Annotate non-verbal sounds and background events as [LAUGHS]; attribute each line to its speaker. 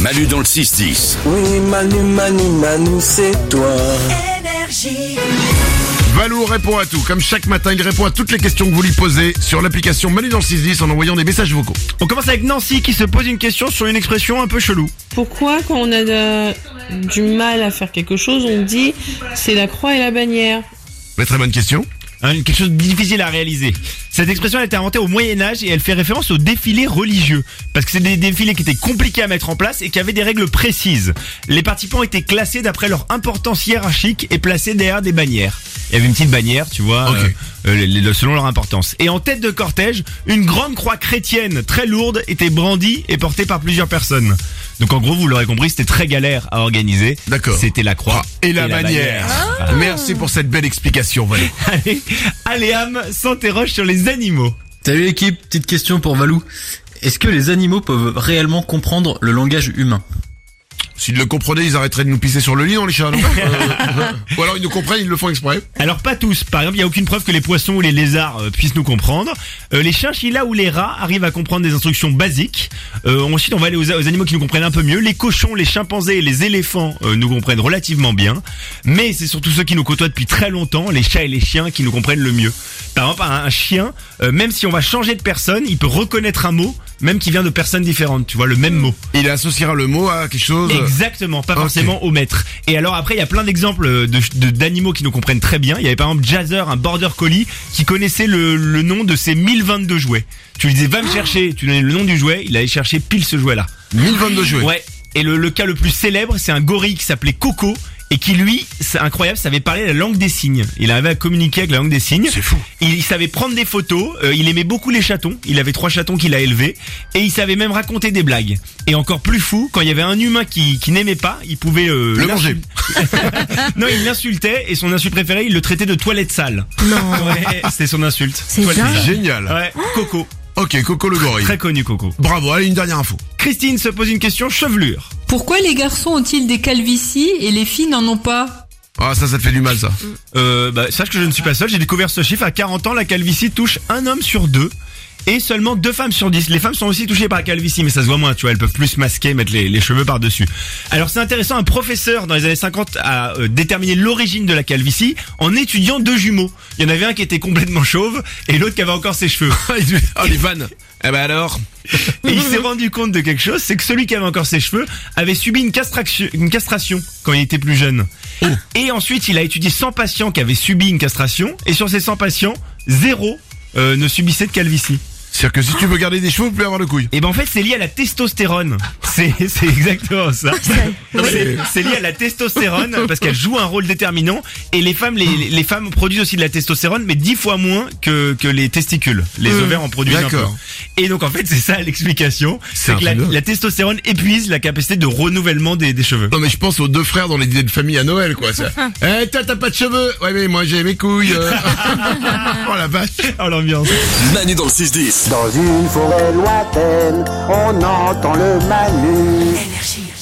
Speaker 1: Manu dans le 6-10.
Speaker 2: Oui, Manu, Manu, Manu, c'est toi.
Speaker 3: Énergie.
Speaker 4: Valou répond à tout. Comme chaque matin, il répond à toutes les questions que vous lui posez sur l'application Manu dans le 610 en envoyant des messages vocaux.
Speaker 5: On commence avec Nancy qui se pose une question sur une expression un peu chelou.
Speaker 6: Pourquoi quand on a de- du mal à faire quelque chose, on dit c'est la croix et la bannière
Speaker 4: Mais très bonne question.
Speaker 5: Hein, une- quelque chose de difficile à réaliser. Cette expression elle a été inventée au Moyen Âge et elle fait référence aux défilés religieux. Parce que c'est des défilés qui étaient compliqués à mettre en place et qui avaient des règles précises. Les participants étaient classés d'après leur importance hiérarchique et placés derrière des bannières. Il y avait une petite bannière, tu vois,
Speaker 4: Ok.
Speaker 5: euh, euh, les- les- selon leur importance. Et en tête de cortège, une grande croix chrétienne très lourde était brandie et portée par plusieurs personnes. Donc en gros, vous l'aurez compris, c'était très galère à organiser.
Speaker 4: D'accord. Ah.
Speaker 5: C'était la croix
Speaker 4: Et la bannière. Ah. Merci pour cette belle explication, [LAUGHS] Valou.
Speaker 5: Allez, Aléam s'interroge sur les animaux.
Speaker 7: Salut l'équipe, petite question pour Valou. Est-ce que les animaux peuvent réellement comprendre le langage humain
Speaker 4: S'ils le comprenaient, ils arrêteraient de nous pisser sur le lit dans les [LAUGHS] chats, non Euh, Ou alors ils nous comprennent, ils le font exprès.
Speaker 5: Alors pas tous, par exemple, il n'y a aucune preuve que les poissons ou les lézards euh, puissent nous comprendre. Euh, les chinchillas ou les rats arrivent à comprendre des instructions basiques. Euh, ensuite, on va aller aux, aux animaux qui nous comprennent un peu mieux. Les cochons, les chimpanzés et les éléphants euh, nous comprennent relativement bien. Mais c'est surtout ceux qui nous côtoient depuis très longtemps, les chats et les chiens, qui nous comprennent le mieux. Par exemple, un, un chien, euh, même si on va changer de personne, il peut reconnaître un mot, même qui vient de personnes différentes, tu vois, le même mot.
Speaker 4: Il associera le mot à quelque chose.
Speaker 5: Exactement, pas
Speaker 4: Ok.
Speaker 5: forcément au maître. Et alors après, il y a plein d'exemples euh, de de- d'animaux qui nous comprennent très bien. Il y avait par exemple Jazzer, un border collie, qui connaissait le, le nom de ses 1022 jouets. Tu lui disais, va me chercher, tu lui donnais le nom du jouet, il allait chercher pile ce jouet-là.
Speaker 4: 1022 jouets.
Speaker 5: Ouais. Et le, le cas le plus célèbre, c'est un gorille qui s'appelait Coco et qui lui, c'est incroyable, savait parler la langue des signes. Il arrivait à communiquer avec la langue des signes.
Speaker 4: C'est fou.
Speaker 5: Il, il savait prendre des photos. euh, il aimait beaucoup les chatons. Il avait trois chatons qu'il a élevés et il savait même raconter des blagues. Et encore plus fou, quand il y avait un humain qui, qui n'aimait pas, il pouvait euh,
Speaker 4: Le
Speaker 5: l'insul-
Speaker 4: manger.
Speaker 5: [LAUGHS] Non, il l'insultait et son insulte préférée, il le traitait de toilette sale.
Speaker 3: Non.
Speaker 5: Ouais, c'était son insulte.
Speaker 3: C'est
Speaker 5: Toilette
Speaker 3: dingue.
Speaker 5: sale.
Speaker 4: Génial.
Speaker 5: Ouais, Coco,
Speaker 4: Ok, Coco le gorille.
Speaker 5: très connu Coco.
Speaker 4: Bravo, allez, une dernière info.
Speaker 5: Christine se pose une question chevelure.
Speaker 8: Pourquoi les garçons ont-ils des calvities et les filles n'en ont pas
Speaker 4: Ah, ça, ça te fait du mal, ça.
Speaker 5: Euh, bah, sache que je ne suis pas seul, j'ai découvert ce chiffre. À 40 ans, la calvitie touche un homme sur deux. Et seulement deux femmes sur dix. Les femmes sont aussi touchées par la calvitie, mais ça se voit moins, tu vois. Elles peuvent plus se masquer, mettre les, les cheveux par-dessus. Alors c'est intéressant, un professeur dans les années 50 a euh, déterminé l'origine de la calvitie en étudiant deux jumeaux. Il y en avait un qui était complètement chauve et l'autre qui avait encore
Speaker 4: [LAUGHS]
Speaker 5: ses cheveux.
Speaker 4: oh, les vannes. Eh ben alors.
Speaker 5: Et il s'est rendu compte de quelque chose, c'est que celui qui avait encore ses cheveux avait subi une castration, une castration quand il était plus jeune. Et ensuite, il a étudié 100 patients qui avaient subi une castration, et sur ces 100 patients, zéro euh, ne subissait de calvitie.
Speaker 4: C'est-à-dire que si tu veux garder des cheveux, plus avoir de couilles.
Speaker 5: Et ben en fait, c'est lié à la testostérone. C'est c'est exactement ça. C'est- C'est lié à la testostérone parce qu'elle joue un rôle déterminant et les femmes les, les femmes produisent aussi de la testostérone mais dix fois moins que que les testicules. Les ovaires en produisent un peu.
Speaker 4: D'accord.
Speaker 5: Et donc en fait, c'est ça l'explication,
Speaker 4: C'est
Speaker 5: c'est que la,
Speaker 4: un peu dingue.
Speaker 5: la testostérone épuise la capacité de renouvellement des, des cheveux.
Speaker 4: Non mais je pense aux deux frères dans les dîners de famille à Noël quoi. ça. Eh toi t'as pas de cheveux Ouais mais moi j'ai mes couilles. euh. oh la vache.
Speaker 5: [LAUGHS] Oh l'ambiance.
Speaker 1: Manu dans le 6-10.
Speaker 2: Dans une forêt lointaine, on entend le Manu.
Speaker 3: Énergie.